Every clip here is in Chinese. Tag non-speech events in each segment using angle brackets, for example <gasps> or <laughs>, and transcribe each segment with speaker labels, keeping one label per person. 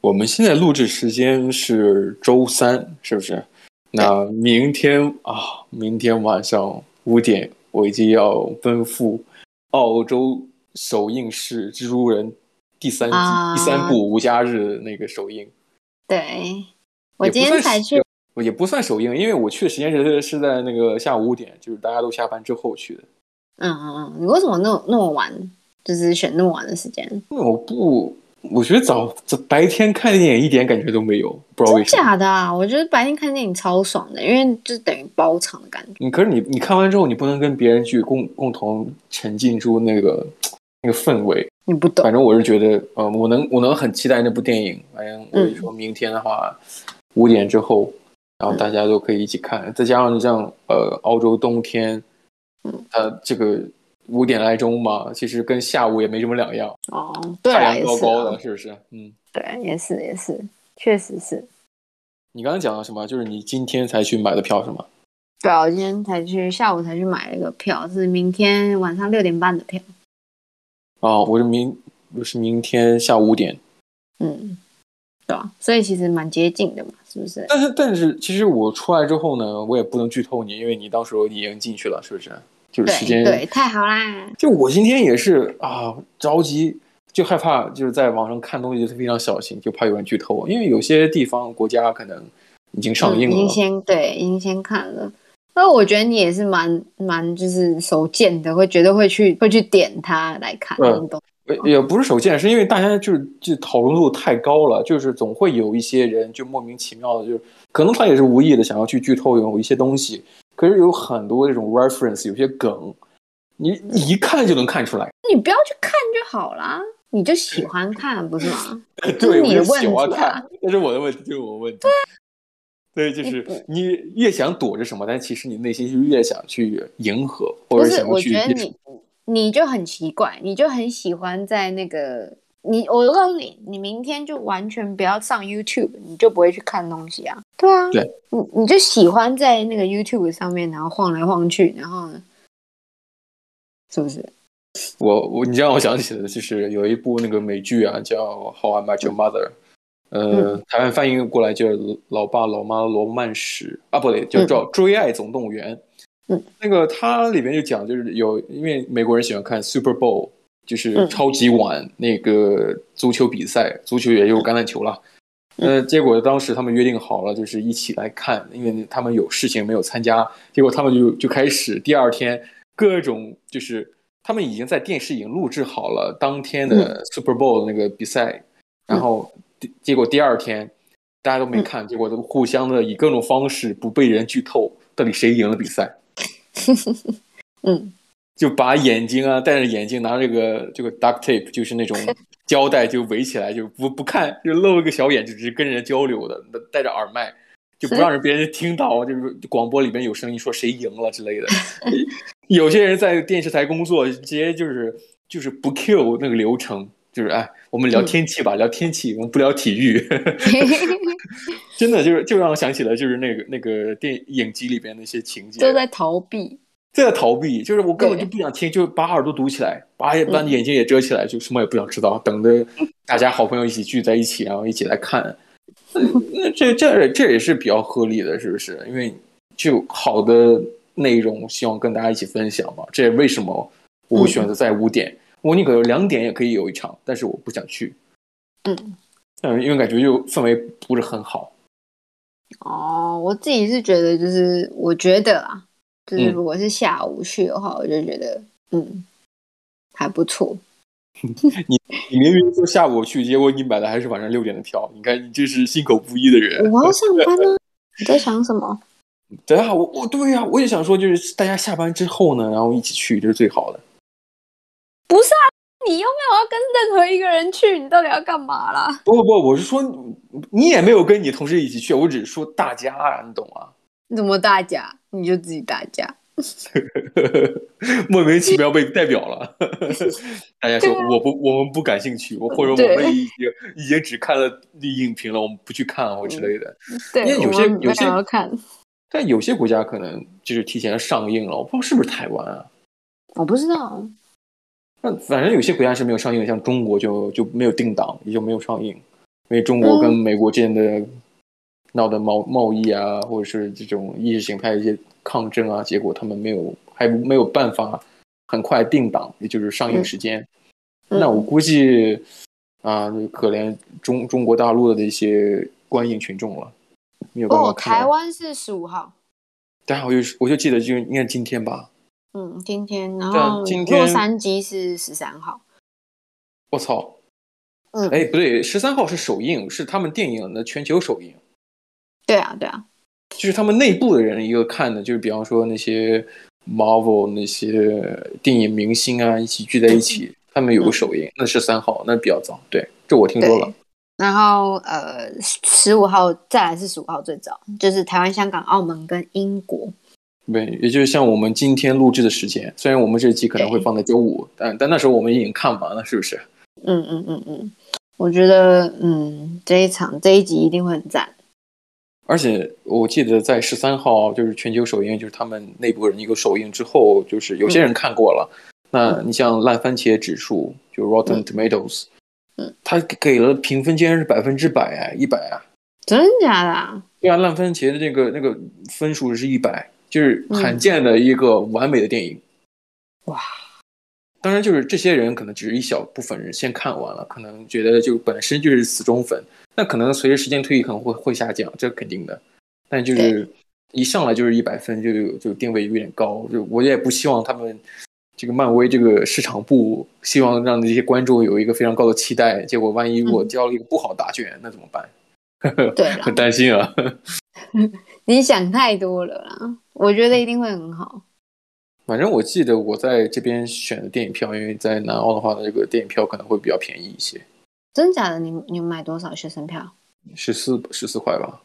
Speaker 1: 我们现在录制时间是周三，是不是？那明天啊，明天晚上五点，我已经要奔赴澳洲首映式《蜘蛛人》第三季、
Speaker 2: 啊
Speaker 1: 第三部无家日那个首映。
Speaker 2: 对，我
Speaker 1: 也不
Speaker 2: 今天
Speaker 1: 算
Speaker 2: 才
Speaker 1: 是
Speaker 2: 去，
Speaker 1: 也不算首映，因为我去的时间是是在那个下午五点，就是大家都下班之后去的。
Speaker 2: 嗯嗯嗯，你为什么那么那么晚？就是选那么晚的时间，
Speaker 1: 因为我不，我觉得早早白天看电影一点感觉都没有，不知道为什么。
Speaker 2: 假的啊！我觉得白天看电影超爽的，因为就等于包场的感觉。
Speaker 1: 你可是你你看完之后，你不能跟别人去共共同沉浸出那个那个氛围。
Speaker 2: 你不懂
Speaker 1: 反，正我是觉得，呃，我能我能很期待那部电影。反正我
Speaker 2: 嗯
Speaker 1: 就说明天的话，五、点之后，然后大家都可以一起看。再加上像呃，澳洲冬天，
Speaker 2: 嗯，
Speaker 1: 它这个五点来钟嘛，其实跟下午也没什么两样，
Speaker 2: 哦，对
Speaker 1: 太阳
Speaker 2: 啊，也
Speaker 1: 高
Speaker 2: 是
Speaker 1: 高
Speaker 2: 啊
Speaker 1: 的，，是不是？嗯，
Speaker 2: 对，也是也是，确实是。
Speaker 1: 你刚刚讲到什么？就是你今天才去买的票是吗？
Speaker 2: 对啊，我今天才去，下午才去买了一个票，是明天晚上六点半的票。
Speaker 1: 哦，我是明我是明天下午五点。
Speaker 2: 嗯，对啊，所以其实蛮接近的嘛，是不是？
Speaker 1: 但是但是，其实我出来之后呢，我也不能剧透你，因为你到时候你已经进去了，是不是？就是时间
Speaker 2: 对对，太好啦！
Speaker 1: 就我今天也是啊，着急，就害怕就是在网上看东西就非常小心，就怕有人剧透，因为有些地方国家可能已经上映
Speaker 2: 嗯、已经
Speaker 1: 了。
Speaker 2: 先对，已经先看了。那我觉得你也是蛮蛮就是手贱的，会觉得会去会去点它来看，
Speaker 1: 嗯
Speaker 2: 你懂？
Speaker 1: 呃也不是首见，是因为大家就是就讨论度太高了，就是总会有一些人就莫名其妙的，就是可能他也是无意的想要去剧透有一些东西，可是有很多这种 reference，有些梗，你你一看就能看出来。
Speaker 2: 你不要去看就好啦，你就喜欢看不是吗？
Speaker 1: <laughs> 对，
Speaker 2: 你的
Speaker 1: 我就喜
Speaker 2: 问
Speaker 1: 欢
Speaker 2: 题
Speaker 1: 看，
Speaker 2: 啊哎
Speaker 1: 那是我的问题，就是我的问题。对，就是
Speaker 2: 嗯
Speaker 1: 你越想躲着什么，但其实你内心就越想去迎合，或
Speaker 2: 不
Speaker 1: 者
Speaker 2: 是，
Speaker 1: 想
Speaker 2: 我
Speaker 1: 去
Speaker 2: 觉得
Speaker 1: 接触。
Speaker 2: 你你就很奇怪，你就很喜欢在那个你，我告诉你，你明天就完全不要上 YouTube，你就不会去看东西啊。对啊，
Speaker 1: 对，
Speaker 2: 你你就喜欢在那个 YouTube 上面，然后晃来晃去，然后呢，是不是？
Speaker 1: 我我你让我想起的就是有一部那个美剧啊，叫《How I Met Your Mother》，呃，
Speaker 2: 嗯
Speaker 1: 台湾翻译过来叫《老爸老妈罗曼史》啊，不对，就叫《追爱总动员》。
Speaker 2: 嗯，
Speaker 1: 那个它里面就讲，就是有因为美国人喜欢看 Super Bowl，就是
Speaker 2: 嗯
Speaker 1: 超级碗那个足球比赛，足球也就是橄榄球啦。
Speaker 2: 嗯
Speaker 1: 呃，结果当时他们约定好了，就是一起来看，因为他们有事情没有参加，结果他们就就开始第二天各种就是他们已经在电视已经录制好了当天的 Super Bowl 的那个比赛，然后第结果第二天大家都没看，结果都互相的以各种方式不被人剧透，到底谁赢了比赛，
Speaker 2: <laughs> 嗯，
Speaker 1: 就把眼睛啊戴着眼镜拿这个这个 duct tape 就是
Speaker 2: <laughs>
Speaker 1: 那种胶带就围起来，就不不看就露一个小眼，就只是跟人交流的，戴着耳麦。就不让人别人听到，就是广播里面有声音说谁赢了之类
Speaker 2: <laughs>
Speaker 1: 的。 <laughs> 有些人在电视台工作，直接就是就是不 Q 那个流程，就是哎，我们聊
Speaker 2: 嗯
Speaker 1: 天气吧，聊天气，我们不聊体
Speaker 2: <laughs>
Speaker 1: 育。 <laughs> 真的就是就让我想起了就是那个那个电影集里边那些情节，
Speaker 2: 都在逃避。
Speaker 1: 这逃避，就是我根本就
Speaker 2: 对
Speaker 1: 不想听，就把耳朵堵起来，把把眼睛也遮起来，就什么也不想知道，等着大家好朋友一起聚在一起，然后一起来看。那这这这也是比较合理的，是不是？因为就好的内容，希望跟大家一起分享嘛。这也为什么我会选择在五点，我宁可两点也可以有一场，但是我不想去。
Speaker 2: 嗯，
Speaker 1: 嗯，因为感觉就氛围不是很好。
Speaker 2: 哦，我自己是觉得，就是我觉得啊，就是
Speaker 1: 嗯
Speaker 2: 如果是下午去的话，我就觉得嗯还不 <laughs> 错。
Speaker 1: 你明明说下午去，结果你买的还是晚上六点的票，你看你这是心口不一的人。
Speaker 2: 我要上班呢、你在想什么？
Speaker 1: 对啊，我我对呀、我也想说，就是大家下班之后呢，然后一起去，这是最好的。
Speaker 2: <laughs> 你又没有要跟任何一个人去，你到底要干嘛啦？
Speaker 1: 不不不，我是说你也没有跟你同事一起去，我只是说大家啊，你懂啊？
Speaker 2: 你怎么打架？你就自己打架。
Speaker 1: <laughs> 莫名其妙被代表了， <laughs> 大家说
Speaker 2: 对啊
Speaker 1: 我不我们不感兴趣，我或者
Speaker 2: 对
Speaker 1: 我们已经已经只看了影评了，我们不去看或之
Speaker 2: 嗯
Speaker 1: 类的。
Speaker 2: 对，
Speaker 1: 因为有
Speaker 2: 我
Speaker 1: 些
Speaker 2: 们没
Speaker 1: 有些
Speaker 2: 要看，
Speaker 1: 但有些国家可能就是提前上映了，我不知道是不是台湾啊。
Speaker 2: 我不知道。
Speaker 1: 那反正有些国家是没有上映的，像中国就就没有定档，也就没有上映。因为中国
Speaker 2: 嗯
Speaker 1: 跟美国之间的闹的贸贸易啊，或者是这种意识形态一些抗争啊，结果他们没有还没有办法很快定档，也就是上映时间。
Speaker 2: 嗯
Speaker 1: 那我估计啊，就可怜中中国大陆的一些观影群众了，没有办法
Speaker 2: 哦，
Speaker 1: 看
Speaker 2: 台
Speaker 1: 到。
Speaker 2: 湾是十五号，
Speaker 1: 但我就我就记得就应该是今天吧，
Speaker 2: 嗯，今天，然
Speaker 1: 对啊
Speaker 2: 后
Speaker 1: 今天
Speaker 2: 洛杉矶是十三号，
Speaker 1: 我操！
Speaker 2: 嗯
Speaker 1: 哎，不对，十三号是首映，是他们电影的全球首映，
Speaker 2: 对啊，对啊，
Speaker 1: 就是他们内部的人一个看的，就是比方说那些 Marvel 那些电影明星啊，一起聚在一起，他们有个首映，那十三号，那比较早，对，这我听说了
Speaker 2: 对。然后呃，十五号再来是十五号最早，就是台湾、香港、澳门跟英国，
Speaker 1: 对，也就是像我们今天录制的时间，虽然我们这一期可能会放在周五，但但那时候我们已经看完了，是不是？
Speaker 2: 嗯嗯嗯嗯，我觉得嗯这一场这一集一定会很赞，
Speaker 1: 而且我记得在十三号就是全球首映，就是他们内部人一个首映之后，就是有些
Speaker 2: 嗯
Speaker 1: 人看过了。那你像烂番茄指数，就 Rotten
Speaker 2: 嗯
Speaker 1: Tomatoes，
Speaker 2: 嗯，
Speaker 1: 他给了评分竟然是百分之百哎，一百啊！
Speaker 2: 真的假的啊？
Speaker 1: 对啊，烂番茄的这个那个分数是一百，就是罕见的一个完美的电影。
Speaker 2: 哇！
Speaker 1: 当然，就是这些人可能只是一小部分人先看完了，可能觉得就本身就是死忠粉，那可能随着时间推移可能会会下降，这肯定的。但就是一上来就是一百分就，就定位有点高，就我也不希望他们这个漫威这个市场部希望让这些观众有一个非常高的期待，结果万一我交了一个不好答卷，那怎么办？
Speaker 2: 对啦， <laughs>
Speaker 1: 很担心啊。
Speaker 2: 你想太多了啦，我觉得一定会很好。
Speaker 1: 反正我记得我在这边选的电影票，因为在南澳的话，这个电影票可能会比较便宜一些，
Speaker 2: 真假的？你你们买多少学生票？
Speaker 1: 十四十四块吧。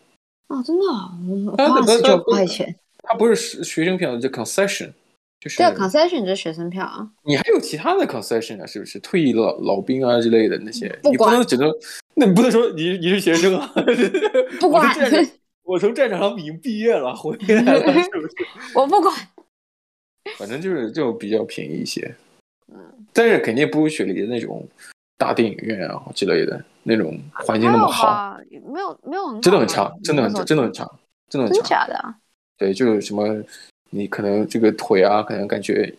Speaker 2: 哦，真的、哦，我
Speaker 1: 啊
Speaker 2: 花了
Speaker 1: 那
Speaker 2: 十
Speaker 1: 那
Speaker 2: 九
Speaker 1: 那
Speaker 2: 块钱。
Speaker 1: 它不是学学生票，叫 concession，就是
Speaker 2: 对啊，concession 就是学生票啊，
Speaker 1: 你还有其他的 concession 啊，是不是？退役老老兵啊之类的那些，
Speaker 2: 嗯不
Speaker 1: 你不
Speaker 2: 管
Speaker 1: 能只能，那你不能说你你是学生啊，
Speaker 2: <laughs> 不管
Speaker 1: <laughs> 我从战场我从战场上已经毕业了，回来了，是不是？
Speaker 2: <laughs> 我不管。
Speaker 1: 反正就是就比较便宜一些，嗯，但是肯定不如雪梨的那种大电影院啊之类的那种环境那么好。
Speaker 2: 还有吧， <laughs> 没有没有很好吧，
Speaker 1: 真的很差，真的很
Speaker 2: 那时
Speaker 1: 差，
Speaker 2: 候
Speaker 1: 真的很差，真的很
Speaker 2: 真
Speaker 1: 差。
Speaker 2: 假的啊？
Speaker 1: 对，就是什么，你可能这个腿啊，可能感觉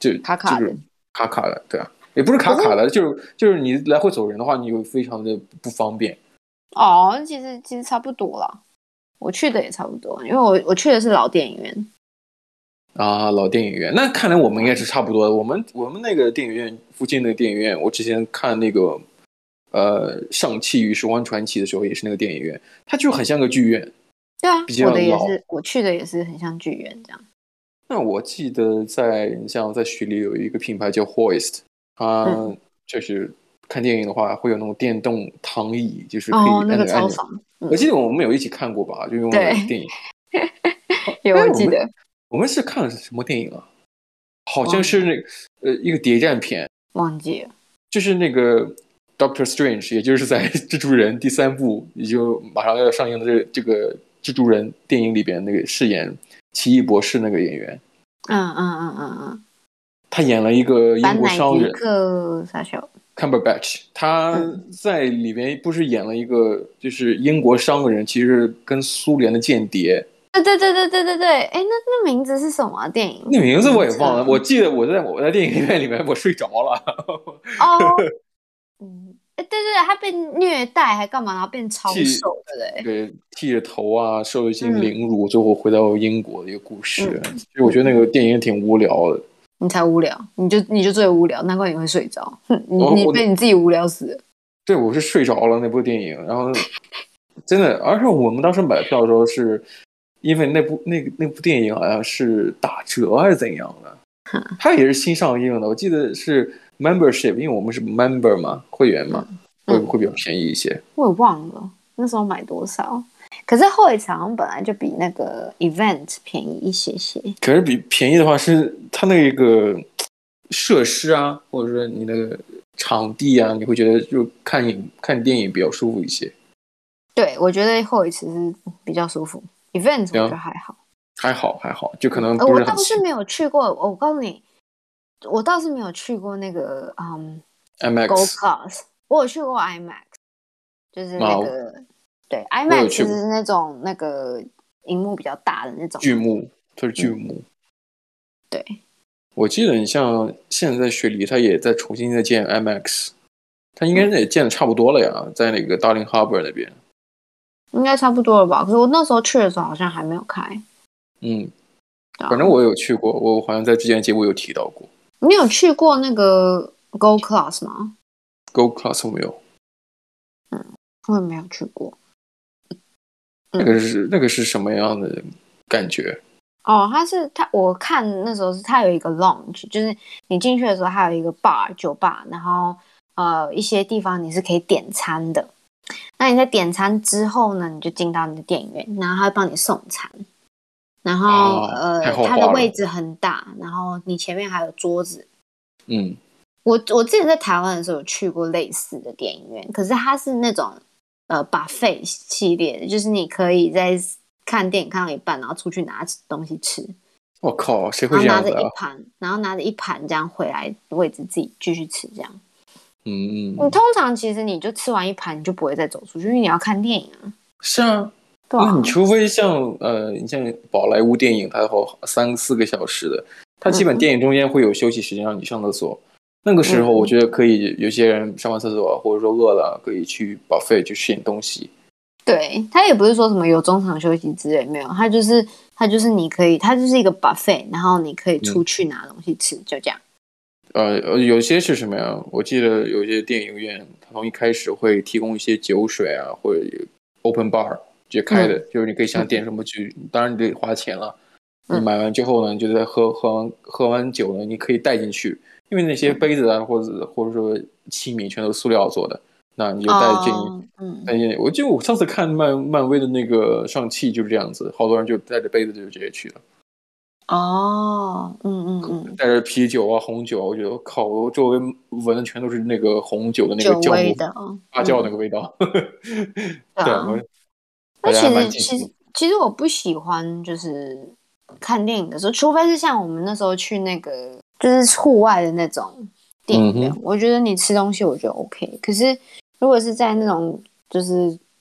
Speaker 1: 就
Speaker 2: 卡卡的
Speaker 1: 就是卡卡的，对啊，也不是卡卡的，就是就是你来回走人的话，你有非常的不方便。
Speaker 2: 哦，其实其实差不多啦，我去的也差不多，因为我我去的是老电影院，
Speaker 1: 啊，老电影院，那看来我们应该是差不多的。我们我们那个电影院附近那个电影院，我之前看那个呃《上汽与时光传奇》的时候，也是那个电影院，它就很像个剧院。
Speaker 2: 对啊
Speaker 1: 比较，
Speaker 2: 我的也
Speaker 1: 老
Speaker 2: 是，我去的也是很像剧院这样，
Speaker 1: 那我记得在你像在雪梨有一个品牌叫 Hoist，它
Speaker 2: 嗯
Speaker 1: 就是看电影的话会有那种电动躺椅，就是可以
Speaker 2: 哦，
Speaker 1: 按
Speaker 2: 那
Speaker 1: 着
Speaker 2: 个
Speaker 1: 按
Speaker 2: 超
Speaker 1: 着。
Speaker 2: 爽，嗯
Speaker 1: 我记得我们有一起看过吧，就用那个
Speaker 2: 对
Speaker 1: 电影。
Speaker 2: 有
Speaker 1: 哎
Speaker 2: 我
Speaker 1: 我
Speaker 2: 记
Speaker 1: 们
Speaker 2: 得
Speaker 1: 我们是看了什么电影啊？好
Speaker 2: 忘
Speaker 1: 像是那个呃一个谍战片，
Speaker 2: 忘记了，
Speaker 1: 就是那个 Doctor Strange，也就是在 <laughs> 蜘蛛人第三部，也就马上要上映的这这个蜘蛛人电影里边那个饰演奇异博士那个演员，
Speaker 2: 嗯嗯嗯嗯
Speaker 1: 他演了一个
Speaker 2: 嗯，
Speaker 1: 英
Speaker 2: 班
Speaker 1: 国
Speaker 2: 乃
Speaker 1: 商
Speaker 2: 迪
Speaker 1: 人。
Speaker 2: 克啥小，
Speaker 1: Cumberbatch，他
Speaker 2: 嗯
Speaker 1: 在里面不是演了一个就是英国商人，其实跟苏联的间谍，
Speaker 2: 对对对对对对对，哎，那那名字是什么啊电影？
Speaker 1: 那名字我也忘了。
Speaker 2: 嗯
Speaker 1: 我记得我在我在电影院里面我睡着了，
Speaker 2: <laughs> 哦，嗯，哎，对对，对他被虐待还干嘛，然后变超
Speaker 1: 气
Speaker 2: 瘦，对不对？
Speaker 1: 对，剃着头啊，受了一些
Speaker 2: 嗯
Speaker 1: 凌辱，最后回到英国的一个故事。
Speaker 2: 嗯
Speaker 1: 其实我觉得那个电影挺无聊的。
Speaker 2: 你才无聊，你就你就最无聊，难怪你会睡着，哼你
Speaker 1: 哦
Speaker 2: 你
Speaker 1: 我
Speaker 2: 被你自己无聊死了。
Speaker 1: 对，我是睡着了那部电影，
Speaker 2: <laughs>
Speaker 1: 然后真的，而且我们当时买票的时候是，因为那部那个那部电影好像是打折还是怎样的，它也是新上映的，我记得是 membership，因为我们是 member 嘛，会员嘛，会
Speaker 2: 嗯
Speaker 1: 会比较便宜一些。
Speaker 2: 我也忘了那时候买多少，可是后一场好像本来就比那个 event 便宜一些些。
Speaker 1: 可是比便宜的话是它那个设施啊，或者说你那个场地啊，你会觉得就看影看电影比较舒服一些。
Speaker 2: 对，我觉得后一次是比较舒服，event 我觉
Speaker 1: 行
Speaker 2: 得还好。
Speaker 1: 还好还好，就可能
Speaker 2: 呃，
Speaker 1: 啊不
Speaker 2: 我
Speaker 1: 是
Speaker 2: 倒
Speaker 1: 很
Speaker 2: 是没有去过，我我告诉你，我倒是没有去过那个嗯
Speaker 1: IMAX
Speaker 2: Go Class，我有去过 IMAX，就是那个、对 IMAX
Speaker 1: 哦去
Speaker 2: 其
Speaker 1: 过
Speaker 2: 实是那种那个荧幕比较大的那种
Speaker 1: 剧目，它是剧目。
Speaker 2: 对，
Speaker 1: 我记得你像现在雪梨，它也在重新在建 IMAX，它应该也建的差不多了呀，在那个 Darling Harbour 那边。
Speaker 2: 应该差不多了吧？可是我那时候去的时候好像还没有开。
Speaker 1: 嗯，
Speaker 2: 对啊
Speaker 1: 反正我有去过，我好像在之前节目有提到过。
Speaker 2: 你有去过那个 Go Class 吗？
Speaker 1: Go Class 我没有，
Speaker 2: 我也没有去过。
Speaker 1: 那个是那个是什么样的感觉？
Speaker 2: 哦，它是它，我看那时候是它有一个 lounge，就是你进去的时候，它有一个 bar 酒吧，然后呃一些地方你是可以点餐的。那你在点餐之后呢，你就进到你的电影院，然后他会帮你送餐。然后、
Speaker 1: 哦太
Speaker 2: 呃，
Speaker 1: 豪华
Speaker 2: 它的
Speaker 1: 了
Speaker 2: 位置很大，然后你前面还有桌子，
Speaker 1: 嗯，
Speaker 2: 我我之前在台湾的时候有去过类似的电影院，可是它是那种呃把费系列的，就是你可以在看电影看到一半，然后出去拿东西吃，
Speaker 1: 我靠，谁会
Speaker 2: 然后
Speaker 1: 这样
Speaker 2: 拿着
Speaker 1: 子
Speaker 2: 一
Speaker 1: 啊？
Speaker 2: 盘，然后拿着一盘这样回来位置自己继续吃这样。
Speaker 1: 嗯，
Speaker 2: 你通常其实你就吃完一盘，你就不会再走出去，因为你要看电影啊。
Speaker 1: 是啊，
Speaker 2: 对
Speaker 1: 那
Speaker 2: 啊
Speaker 1: 你，除非像呃，你像宝莱坞电影，它有三四个小时的，它基本
Speaker 2: 嗯
Speaker 1: 电影中间会有休息时间让你上厕所。那个时候，
Speaker 2: 嗯
Speaker 1: 我觉得可以，有些人上完厕所啊或者说饿了，可以去 buffet 去吃点东西。
Speaker 2: 对他也不是说什么有中场休息之类，没有，他就是他就是你可以，他就是一个把费，然后你可
Speaker 1: 嗯
Speaker 2: 以出去拿东西吃，就这样。
Speaker 1: 呃，呃有些是什么呀？我记得有些电影院，它从一开始会提供一些酒水啊，或者 open bar 直接开的，就是你可以想点什么去，当然你得花钱了。你
Speaker 2: 嗯
Speaker 1: 买完之后呢，你就在喝喝完喝完酒呢，你可以带进去，因为那
Speaker 2: 嗯
Speaker 1: 些杯子啊，或者或者说器皿全都是塑料做的，那你就带进。
Speaker 2: 哦嗯，
Speaker 1: 带进。我记得我上次看漫漫威的那个上汽就是这样子，好多人就带着杯子就直接去了。
Speaker 2: 哦，嗯嗯嗯，
Speaker 1: 带着啤酒啊、红酒啊，我觉得我靠，我周围闻的全都是那个红酒的那
Speaker 2: 久
Speaker 1: 个酵
Speaker 2: 违
Speaker 1: 母
Speaker 2: 的哦，
Speaker 1: 发酵那
Speaker 2: 嗯
Speaker 1: 个味
Speaker 2: <laughs>
Speaker 1: 道。
Speaker 2: 对
Speaker 1: 对
Speaker 2: 啊，
Speaker 1: 我
Speaker 2: 那
Speaker 1: 大家还蛮
Speaker 2: 其实
Speaker 1: 进行
Speaker 2: 其实其实我不喜欢就是看电影的时候，除非是像我们那时候去那个就是户外的那种电影院，
Speaker 1: 嗯
Speaker 2: 我觉得你吃东西我觉得 OK。可是如果是在那种就是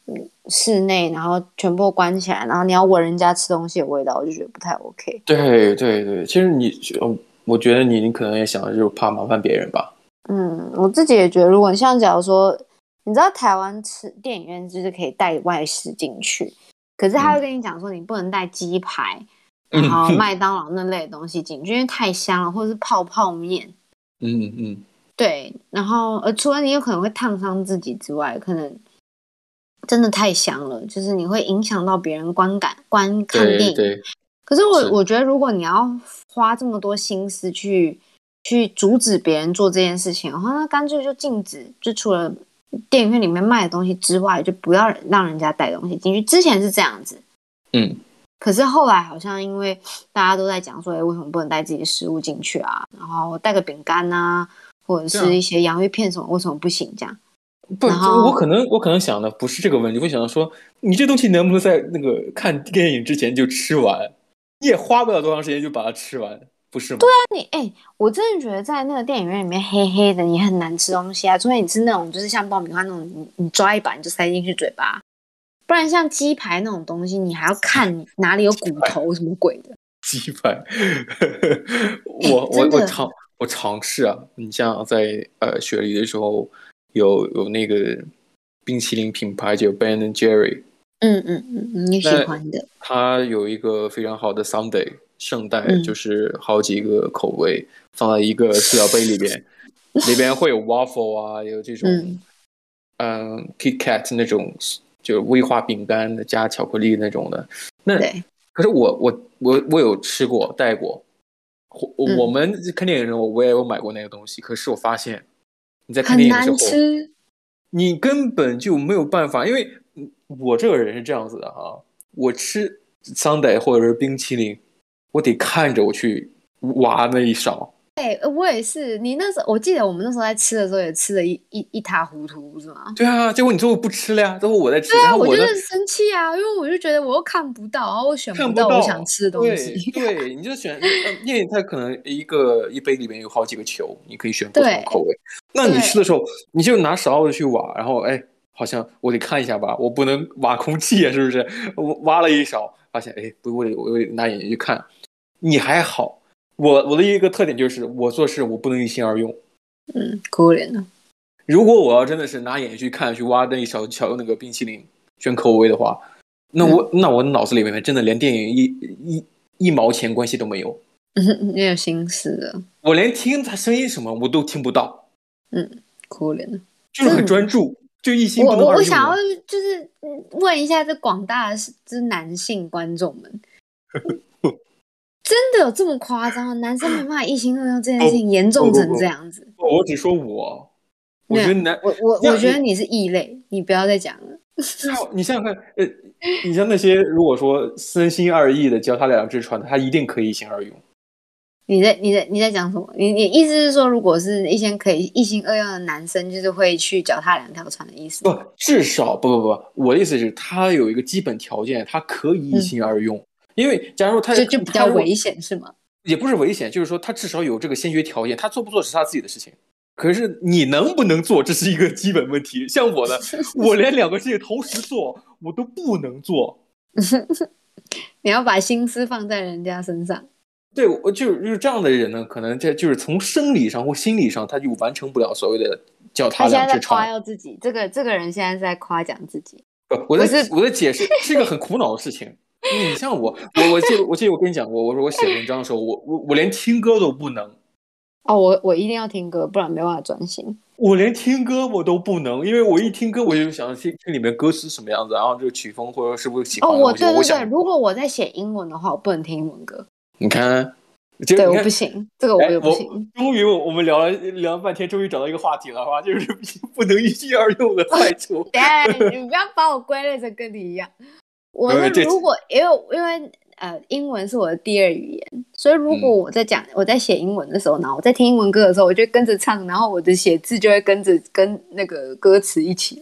Speaker 2: 嗯室内，然后全部关起来，然后你要闻人家吃东西的味道，我就觉得不太 OK。
Speaker 1: 对对对，其实你，嗯我觉得你你可能也想的就是怕麻烦别人吧。
Speaker 2: 嗯，我自己也觉得，如果像假如说，你知道台湾吃电影院就是可以带外食进去，可是他会跟你讲说你不能带鸡排，
Speaker 1: 嗯
Speaker 2: 然后麦当劳那类的东西进去，因为太香了，或者是泡泡面。
Speaker 1: <laughs> 嗯嗯，
Speaker 2: 对，然后呃，除了你有可能会烫伤自己之外，可能真的太香了，就是你会影响到别人观感观看电
Speaker 1: 对
Speaker 2: 影
Speaker 1: 对，
Speaker 2: 可是
Speaker 1: 是
Speaker 2: 我我觉得，如果你要花这么多心思去去阻止别人做这件事情的话，那干脆就禁止，就除了电影院里面卖的东西之外，就不要让人家带东西进去。之前是这样子，
Speaker 1: 嗯，
Speaker 2: 可是后来好像因为大家都在讲说，哎，为什么不能带自己的食物进去啊？然后带个饼干啊，或者
Speaker 1: 对啊
Speaker 2: 是一些洋芋片什么，为什么不行？这样
Speaker 1: 不，
Speaker 2: 然后
Speaker 1: 我可能我可能想的不是这个问题，我想说你这东西能不能在那个看电影之前就吃完？你也花不了多长时间就把它吃完，不是吗？对
Speaker 2: 那你哎、我真的觉得在那个电影院里面黑黑的，你很难吃东西啊。除非你吃那种就是像爆米花那种，你你抓一把你就塞进去嘴巴，不然像鸡排那种东西，你还要看你哪里有骨头什么鬼的。
Speaker 1: 鸡排， <laughs> 我我
Speaker 2: 真的
Speaker 1: 我尝我尝试啊，你像在呃雪梨的时候，有有那个冰淇淋品牌叫 Ben and Jerry，
Speaker 2: 嗯嗯嗯嗯，你喜
Speaker 1: 那
Speaker 2: 欢的，
Speaker 1: 它有一个非常好的 Sunday 圣代，
Speaker 2: 嗯
Speaker 1: 就是好几个口味放在一个塑料杯里
Speaker 2: <laughs>
Speaker 1: 边，里边会有 waffle 啊，有这种
Speaker 2: 嗯
Speaker 1: 嗯 Kit Kat 那种就是威化饼干的加巧克力那种的，那
Speaker 2: 对，
Speaker 1: 可是我我我我有吃过带过，我
Speaker 2: 嗯
Speaker 1: 我们看电影的时候我也有买过那个东西，可是我发现你在看
Speaker 2: 很
Speaker 1: 电影的时
Speaker 2: 难
Speaker 1: 候，
Speaker 2: 吃。
Speaker 1: 你根本就没有办法，因为嗯我这个人是这样子的哈、我吃桑德或者是冰淇淋，我得看着我去挖那一勺，
Speaker 2: 哎、呃我也是。你那时候，我记得我们那时候在吃的时候也吃的一一一塌糊涂，不是吗？
Speaker 1: 对啊，结果你最后不吃了呀，最后我在吃，然
Speaker 2: 对啊，
Speaker 1: 后
Speaker 2: 我就
Speaker 1: 的
Speaker 2: 是生气啊，因为我就觉得我又看不到，然后我选
Speaker 1: 看
Speaker 2: 到
Speaker 1: 到
Speaker 2: 我想吃的东西。
Speaker 1: 对，对，你就选，呃因为它可能一个一杯里面有好几个球，你可以选不同的
Speaker 2: 对
Speaker 1: 口味。那你吃的时候，你就拿勺子去挖，然后哎，好像我得看一下吧，我不能挖空气啊，是不是？我挖了一勺，发现哎，不，我得我得拿眼睛去看。你还好，我我的一个特点就是我做事我不能一心二用。
Speaker 2: 嗯，可怜啊。 <laughs>
Speaker 1: 如果我要真的是拿眼睛去看去挖那一小小那个冰淇淋选口味的话，
Speaker 2: 嗯
Speaker 1: 那我、那我脑子里面真的连电影一一一毛钱关系都没有，
Speaker 2: 没有心思的，
Speaker 1: 我连听他声音什么我都听不到，
Speaker 2: 可怜啊。
Speaker 1: 就是很专注，就一心
Speaker 2: 我
Speaker 1: 不能
Speaker 2: 我
Speaker 1: 二
Speaker 2: 我
Speaker 1: 用
Speaker 2: 想要
Speaker 1: 了。
Speaker 2: 就是嗯问一下这广大的是这男性观众
Speaker 1: <laughs>
Speaker 2: 们，真的有这么夸张？男生没办法一心二用这件
Speaker 1: 哦
Speaker 2: 事情严重成这样子？
Speaker 1: 我我只说我，我
Speaker 2: 没有
Speaker 1: 觉得男
Speaker 2: 我我
Speaker 1: 那
Speaker 2: 我觉得你是异类，你不要再讲了。
Speaker 1: 至少你想想看，呃，你像那些如果说三心二意的脚踏两只船的，他一定可以一心二用。
Speaker 2: <laughs> 你在你在你在讲什么？你你意思是说，如果是一些可以一心二用的男生，就是会去脚踏两条船的意思吗？
Speaker 1: 不，至少不不不，我的意思是，他有一个基本条件，他可以一心
Speaker 2: 嗯
Speaker 1: 二用。因为假如他
Speaker 2: 就就比较，
Speaker 1: 他如
Speaker 2: 危险是吗？ <laughs>
Speaker 1: 也不是危险，就是说他至少有这个先决条件，他做不做是他自己的事情。可是你能不能做，这是一个基本问题。像我呢， <laughs> 我连两个事情同时做，我都不能做。
Speaker 2: 你要把心思放在人家身上，
Speaker 1: 对，我就就是这样的人呢，可能这就是从生理上或心理上，他就完成不了所谓的脚踏
Speaker 2: 他现
Speaker 1: 两
Speaker 2: 在
Speaker 1: 只
Speaker 2: 在夸
Speaker 1: 船。
Speaker 2: 耀自己，这个这个人现在是在夸奖自己。
Speaker 1: 不我
Speaker 2: 不
Speaker 1: 在
Speaker 2: 是
Speaker 1: 我在解释，是一个很苦恼的事情。你像我，我我记得我记得我跟你讲过，我说我写文章的时候，我我我连听歌都不能，
Speaker 2: 哦，我我一定要听歌，不然没办法专心。
Speaker 1: 我连听歌我都不能，因为我一听歌我就想听听里面歌词什么样子，然后这个曲风或者是不是喜
Speaker 2: 哦，
Speaker 1: 欢。
Speaker 2: 我
Speaker 1: 啊我就
Speaker 2: 对对
Speaker 1: 我
Speaker 2: 对，
Speaker 1: 想，
Speaker 2: 如果我在写英文的话，我不能听英文歌。
Speaker 1: 你看，啊就
Speaker 2: 对，
Speaker 1: 你
Speaker 2: 我
Speaker 1: 看
Speaker 2: 不行，这个我
Speaker 1: 哎
Speaker 2: 也不
Speaker 1: 我
Speaker 2: 行。
Speaker 1: 终于我我们聊了聊了半天，终于找到一个话题了，好吧？就是不能一心二用的坏
Speaker 2: <laughs>
Speaker 1: 处。
Speaker 2: 对，你不要把我归类成跟你一样。
Speaker 1: <laughs>
Speaker 2: 我
Speaker 1: 没有
Speaker 2: 是
Speaker 1: 这
Speaker 2: 如果因为因为呃，英文是我的第二语言，所以如果
Speaker 1: 嗯
Speaker 2: 我在讲、我在写英文的时候，然后我在听英文歌的时候，我就跟着唱，然后我的写字就会跟着跟那个歌词一起了。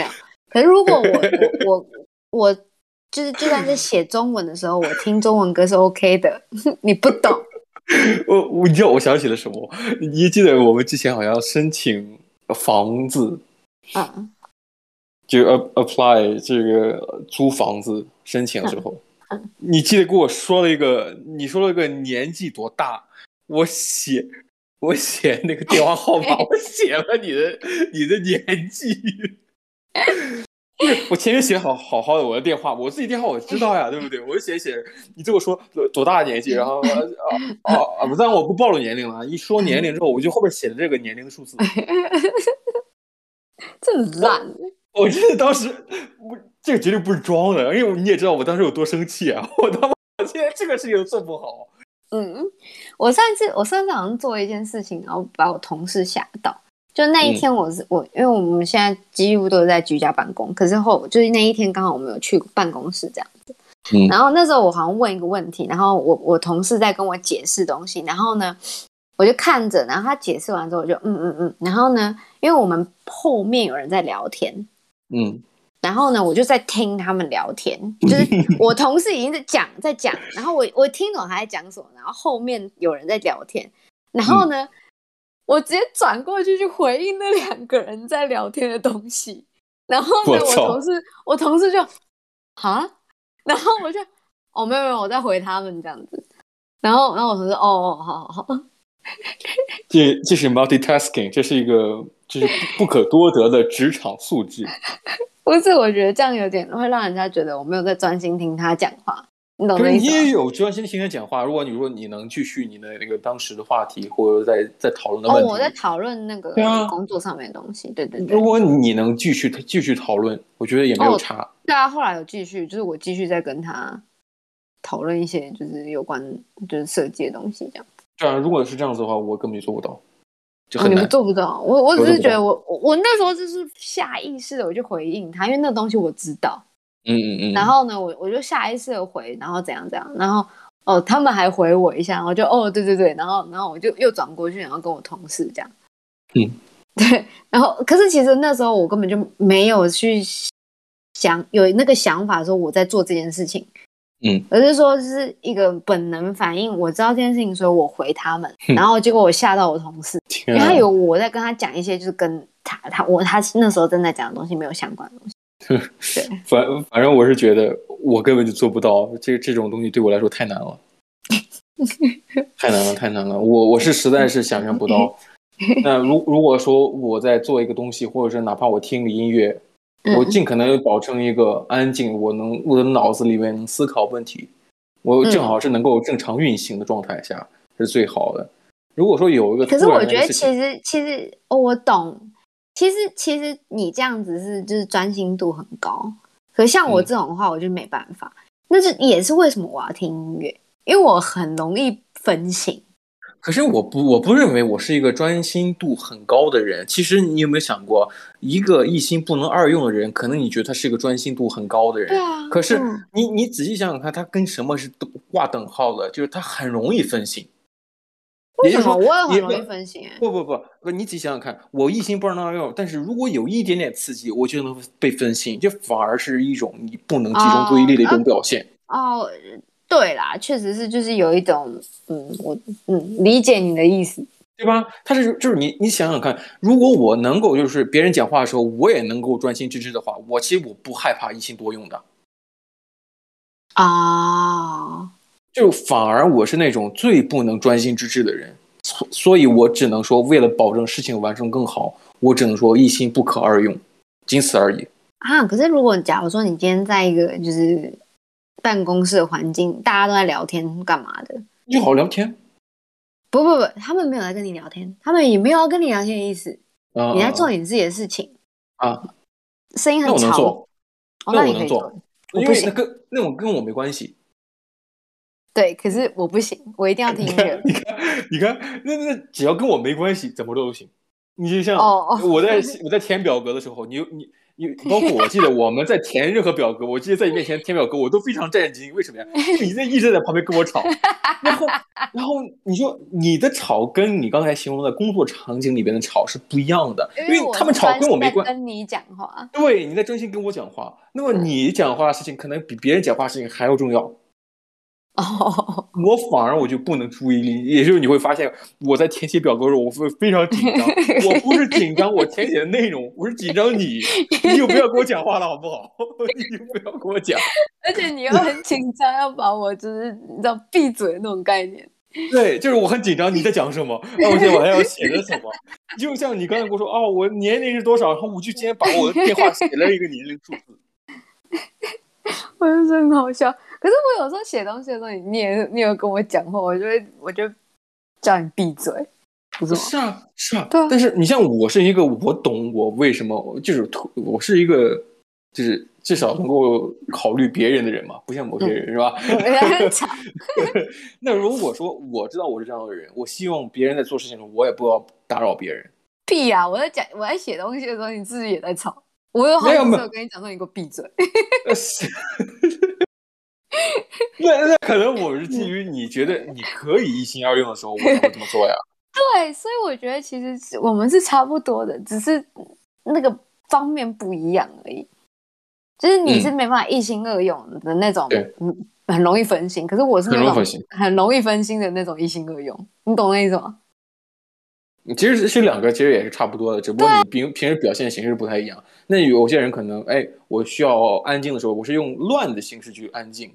Speaker 1: <laughs>
Speaker 2: 有，可是如果我我我我就是就算是写中文的时候，我听中文歌是 OK 的， <laughs> 你不懂。
Speaker 1: <laughs> 我我你知道我想起了什么？你记得我们之前好像申请房子，
Speaker 2: 嗯
Speaker 1: 就 a- apply 这个租房子申请的时候，你记得跟我说了一个，你说了一个年纪多大？我写我写那个电话号码，我写了你的你的年纪。 <laughs> 我前面写好好好的我的电话，我自己电话我知道呀，对不对？我就写写，你这么说多多大年纪，然后啊啊啊！不但我不暴露年龄了，啊一说年龄之后，我就后边写的这个年龄数字。
Speaker 2: 这很烂，
Speaker 1: <laughs> 我记得当时我这个绝对不是装的，因为你也知道我当时有多生气啊！我他妈，我现在这个事情都做不好，
Speaker 2: 嗯，我上一次我上次好像做了一件事情，然后把我同事吓到。就那一天我，是、我，因为我们现在几乎都在居家办公，可是后就是那一天刚好我们有去办公室这样子。
Speaker 1: 嗯
Speaker 2: 然后那时候我好像问一个问题，然后我我同事在跟我解释东西，然后呢，我就看着，然后他解释完之后，我就嗯嗯嗯，然后呢，因为我们后面有人在聊天，
Speaker 1: 嗯，
Speaker 2: 然后呢，我就在听他们聊天，
Speaker 1: <laughs>
Speaker 2: 就是我同事已经在讲，在讲，然后我我听懂他在讲什么，然后后面有人在聊天，然后
Speaker 1: 嗯
Speaker 2: 呢，我直接转过去去回应那两个人在聊天的东西，然后
Speaker 1: 我
Speaker 2: 呢，我
Speaker 1: 操
Speaker 2: 同事我同事就啊，然后我就哦没有没有，我在回他们这样子，然后然后我同事哦哦好好 <laughs> 好，
Speaker 1: 这这是 multitasking，这是一个这是不不可多得的职场素质。
Speaker 2: 不是，我觉得这样有点会让人家觉得我没有在专心听他讲话，你懂
Speaker 1: 可
Speaker 2: 这
Speaker 1: 是
Speaker 2: 意
Speaker 1: 你
Speaker 2: 思吗？
Speaker 1: 也有专心听他讲话，如果你说你能继续你的那个当时的话题，或者在在讨论的
Speaker 2: 哦，
Speaker 1: 问
Speaker 2: 我在
Speaker 1: 题，
Speaker 2: 讨论那个
Speaker 1: 对啊
Speaker 2: 工作上面的东西，对对对
Speaker 1: 如。果你能继续继续讨论，我觉得也没有
Speaker 2: 哦
Speaker 1: 差。
Speaker 2: 对啊，后来有继续，就是我继续在跟他讨论一些就是有关就是设计的东西这样。
Speaker 1: 这样如果是这样子的话，我根本就做不到，就
Speaker 2: 哦，
Speaker 1: 很
Speaker 2: 你们
Speaker 1: 难。
Speaker 2: 做不到，我我只
Speaker 1: 我做
Speaker 2: 是
Speaker 1: 不
Speaker 2: 觉得
Speaker 1: 到
Speaker 2: 我我我那时候就是下意识的我就回应他，因为那东西我知道。
Speaker 1: 嗯嗯嗯。
Speaker 2: 然后呢，我我就下意识的回，然后怎样怎样，然后哦，他们还回我一下，然后就哦，对对对，然后然后我就又转过去，然后跟我同事这样，
Speaker 1: 嗯，
Speaker 2: <laughs> 对，然后可是其实那时候我根本就没有去想有那个想法说我在做这件事情，
Speaker 1: 嗯，
Speaker 2: 而是说是一个本能反应，我知道这件事情，所以我回他们，然后结果我吓到我同事，
Speaker 1: 天
Speaker 2: 因为
Speaker 1: 啊
Speaker 2: 他以为我在跟他讲一些就是跟他他我他那时候正在讲的东西没有相关的东西。对，
Speaker 1: 反反正我是觉得我根本就做不到，这这种东西对我来说太难
Speaker 2: <laughs>
Speaker 1: 了，太难了，太难了。我我是实在是想象不
Speaker 2: <laughs>
Speaker 1: 到。那如如果说我在做一个东西，或者是哪怕我听个音乐，
Speaker 2: 嗯
Speaker 1: 我尽可能保证一个安静，我能我的脑子里面能思考问题，我
Speaker 2: 嗯
Speaker 1: 正好是能够正常运行的状态下是最好的。如果说有一个突
Speaker 2: 可
Speaker 1: 然
Speaker 2: 是
Speaker 1: 的
Speaker 2: 我觉得
Speaker 1: 事
Speaker 2: 其
Speaker 1: 情
Speaker 2: 实其实、哦我懂，其实其实你这样子是就是专心度很高，可像我
Speaker 1: 嗯
Speaker 2: 这种的话，我就没办法。那是也是为什么我要听音乐，因为我很容易分心。
Speaker 1: 可是我不，我不认为我是一个专心度很高的人。其实你有没有想过，一个一心不能二用的人，可能你觉得他是一个专心度很高的人，
Speaker 2: 啊
Speaker 1: 可是
Speaker 2: 嗯
Speaker 1: 你你仔细想想看，他跟什么是等划等号的？就是他很容易分心。
Speaker 2: 为
Speaker 1: 也就
Speaker 2: 什
Speaker 1: 是
Speaker 2: 么
Speaker 1: 说
Speaker 2: 我也很
Speaker 1: 你
Speaker 2: 容易分心、欸？
Speaker 1: 不不不不，你仔细想想看，我一心不能二用，但是如果有一点点刺激，我就能被分心，这反而是一种你不能集中注意力的一
Speaker 2: 啊
Speaker 1: 种表现。
Speaker 2: 哦，对啦，确实是就是有一种嗯，我嗯理解你的意思。
Speaker 1: 对吧？他是就是你，你想想看，如果我能够就是别人讲话的时候，我也能够专心致志的话，我其实我不害怕一心多用的，
Speaker 2: 啊，
Speaker 1: 就反而我是那种最不能专心致志的人，所所以我只能说，为了保证事情完成更好，我只能说一心不可二用，仅此而已。
Speaker 2: 啊，可是如果假如说你今天在一个就是办公室的环境，大家都在聊天干嘛的？
Speaker 1: 就好聊天
Speaker 2: 不不不，他们没有在跟你聊天，他们也没有要跟你聊天的意思，
Speaker 1: 啊，
Speaker 2: 你在做你自己的事情，
Speaker 1: 啊，
Speaker 2: 声音
Speaker 1: 那
Speaker 2: 很
Speaker 1: 我能
Speaker 2: 吵，
Speaker 1: 做，那
Speaker 2: 哦，那
Speaker 1: 我
Speaker 2: 你
Speaker 1: 能
Speaker 2: 可以
Speaker 1: 做
Speaker 2: 做，我
Speaker 1: 因
Speaker 2: 不
Speaker 1: 为
Speaker 2: 行
Speaker 1: 那跟那种跟我没关系。。
Speaker 2: 对，可是我不行，我一定要听音乐
Speaker 1: <laughs> 你看，你看，那那只要跟我没关系，怎么都行。你就像
Speaker 2: 哦哦
Speaker 1: 我在我在填表格的时候，你你你，包括我记得我们在填任何表格，我记得在你面前填表格，我都非常震惊。为什么呀？因为你在一直在旁边跟我吵，然后然后你说你的吵跟你刚才形容的工作场景里边的吵是不一样的，因为
Speaker 2: 我
Speaker 1: 他们
Speaker 2: 是
Speaker 1: 吵
Speaker 2: 专
Speaker 1: 跟我
Speaker 2: 心
Speaker 1: 没
Speaker 2: 在
Speaker 1: 关。
Speaker 2: 跟你讲话，
Speaker 1: 对，你在专心跟我讲话，那么你讲话的事情可能比别人讲话的事情还要重要。
Speaker 2: 哦，
Speaker 1: 我反而我就不能注意力，也就是你会发现我在填写表格的时候，我会非常紧张。我不是紧张我填写的内容，我是紧张你，你就不要跟我讲话了，好不好？ <laughs> 你就不要跟我讲。
Speaker 2: <laughs> 而且你又很紧张，要把我就是你知道闭嘴那种概念。
Speaker 1: 对，就是我很紧张，你在讲什么？那我现在我还要写的什么？就像你刚才跟我说，哦，我年龄是多少？然后我就今天把我的电话写了一个年龄数字。
Speaker 2: 我就觉得很好笑。可是我有时候写东西的时候，你你也你有跟我讲话，我就会我就叫你闭嘴， <laughs> 不是吗？
Speaker 1: 是啊，是啊，
Speaker 2: 对啊
Speaker 1: 但是你像我是一个，我懂我为什么就是突我是一个，就是至少能够考虑别人的人嘛，不像某些
Speaker 2: 嗯
Speaker 1: 人、是吧？ <laughs>
Speaker 2: 吵
Speaker 1: 那如果说我知道我是这样的人，我希望别人在做事情的时候，我也不要打扰别人。
Speaker 2: 屁呀、我在讲我在写东西的时候，你自己也在吵。我有好
Speaker 1: 没
Speaker 2: 几
Speaker 1: 有没
Speaker 2: 次
Speaker 1: 有
Speaker 2: 我跟你讲说你给我闭嘴，
Speaker 1: 呃是 <laughs> 那那可能我是基于你觉得你可以一心二用的时候，我才会这么
Speaker 2: <laughs>
Speaker 1: 做呀。
Speaker 2: 对，所以我觉得其实是我们是差不多的，只是那个方面不一样而已。就是你是没办法一心二用的那种，
Speaker 1: 嗯对
Speaker 2: 嗯，很容易分心。可是我是
Speaker 1: 很容
Speaker 2: 那
Speaker 1: 易
Speaker 2: 种
Speaker 1: 分心
Speaker 2: 很容易分心的那种一心二用，你懂那意思吗？
Speaker 1: 其实是两个，其实也是差不多的，只不过你平平时表现形式不太一样。那有些人可能，哎，我需要安静的时候，我是用乱的形式去安静；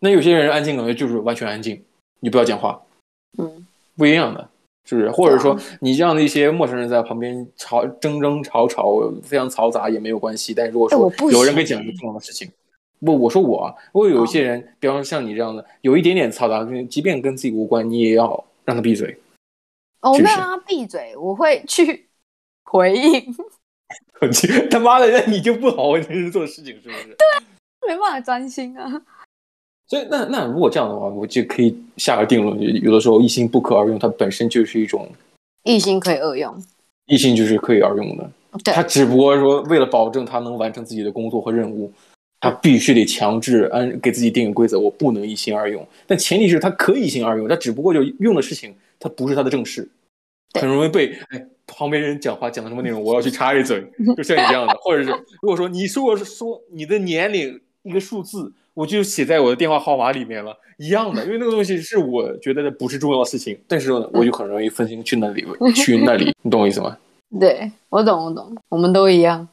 Speaker 1: 那有些人安静可能就是完全安静，你不要讲话，
Speaker 2: 嗯。
Speaker 1: 不一样的，是不是？或者说
Speaker 2: 啊
Speaker 1: 你让那些陌生人在旁边吵争争吵吵，非常嘈杂也没有关系。但如果
Speaker 2: 哎我
Speaker 1: 说
Speaker 2: 不
Speaker 1: 有人跟你
Speaker 2: 行
Speaker 1: 讲一个重要的事情，不，我说我啊，我有
Speaker 2: 哦
Speaker 1: 一些人，比方说像你这样的，有一点点嘈杂，跟即便跟自己无关，你也要让他闭嘴。
Speaker 2: 哦，我
Speaker 1: 是不
Speaker 2: 没有
Speaker 1: 是
Speaker 2: 让他闭嘴，我会去 <laughs> 回应，
Speaker 1: <laughs> 他妈的，那你就不好好认真做事情，是不是？
Speaker 2: 没办法专心啊。
Speaker 1: 所以那那如果这样的话，我就可以下个定论，就有的时候一心不可二用，它本身就是一种
Speaker 2: 一心可以二用，
Speaker 1: 一心就是可以而用的。<laughs>
Speaker 2: 对
Speaker 1: 他只不过说为了保证他能完成自己的工作和任务，他必须得强制按给自己定个规则，我不能一心二用。但前提是他可以一心二用，他只不过就用的事情它不是他的正事，
Speaker 2: 对
Speaker 1: 很容易被哎旁边人讲话讲的什么内容，我要去插一嘴，就像你这样的，或者是如果说你说说你的年龄一个数字。我就写在我的电话号码里面了，一样的，因为那个东西是我觉得不是重要的事情，但是呢，我就很容易分心去那里，去那里，你懂我意思吗？
Speaker 2: 对我懂，我懂，我们都一样，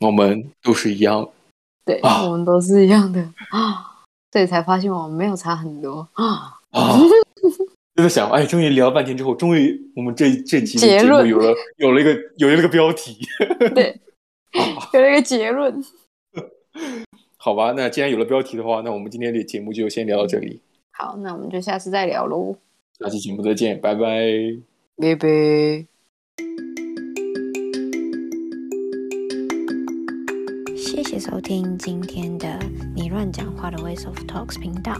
Speaker 1: 我们都是一样。
Speaker 2: 对、
Speaker 1: 啊
Speaker 2: 我们都是一样的 <gasps> 啊，所以才发现我们没有差很多 <gasps> 啊。
Speaker 1: 啊！就在想，哎，终于聊了半天之后，终于我们这这期的
Speaker 2: 结
Speaker 1: 节目
Speaker 2: 论
Speaker 1: 有了有了一个有了一个标题，
Speaker 2: 对，有了一个结论。
Speaker 1: 好吧？那既然有了标题的话，那我们今天的节目就先聊到这里，
Speaker 2: 好，那我们就下次再聊喽，
Speaker 1: 下期节目再见，拜拜。
Speaker 2: 拜拜。
Speaker 3: 谢谢收听今天的你乱讲话的 Ways of Talks 频道，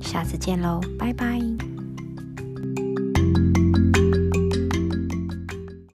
Speaker 3: 下次见喽，拜拜。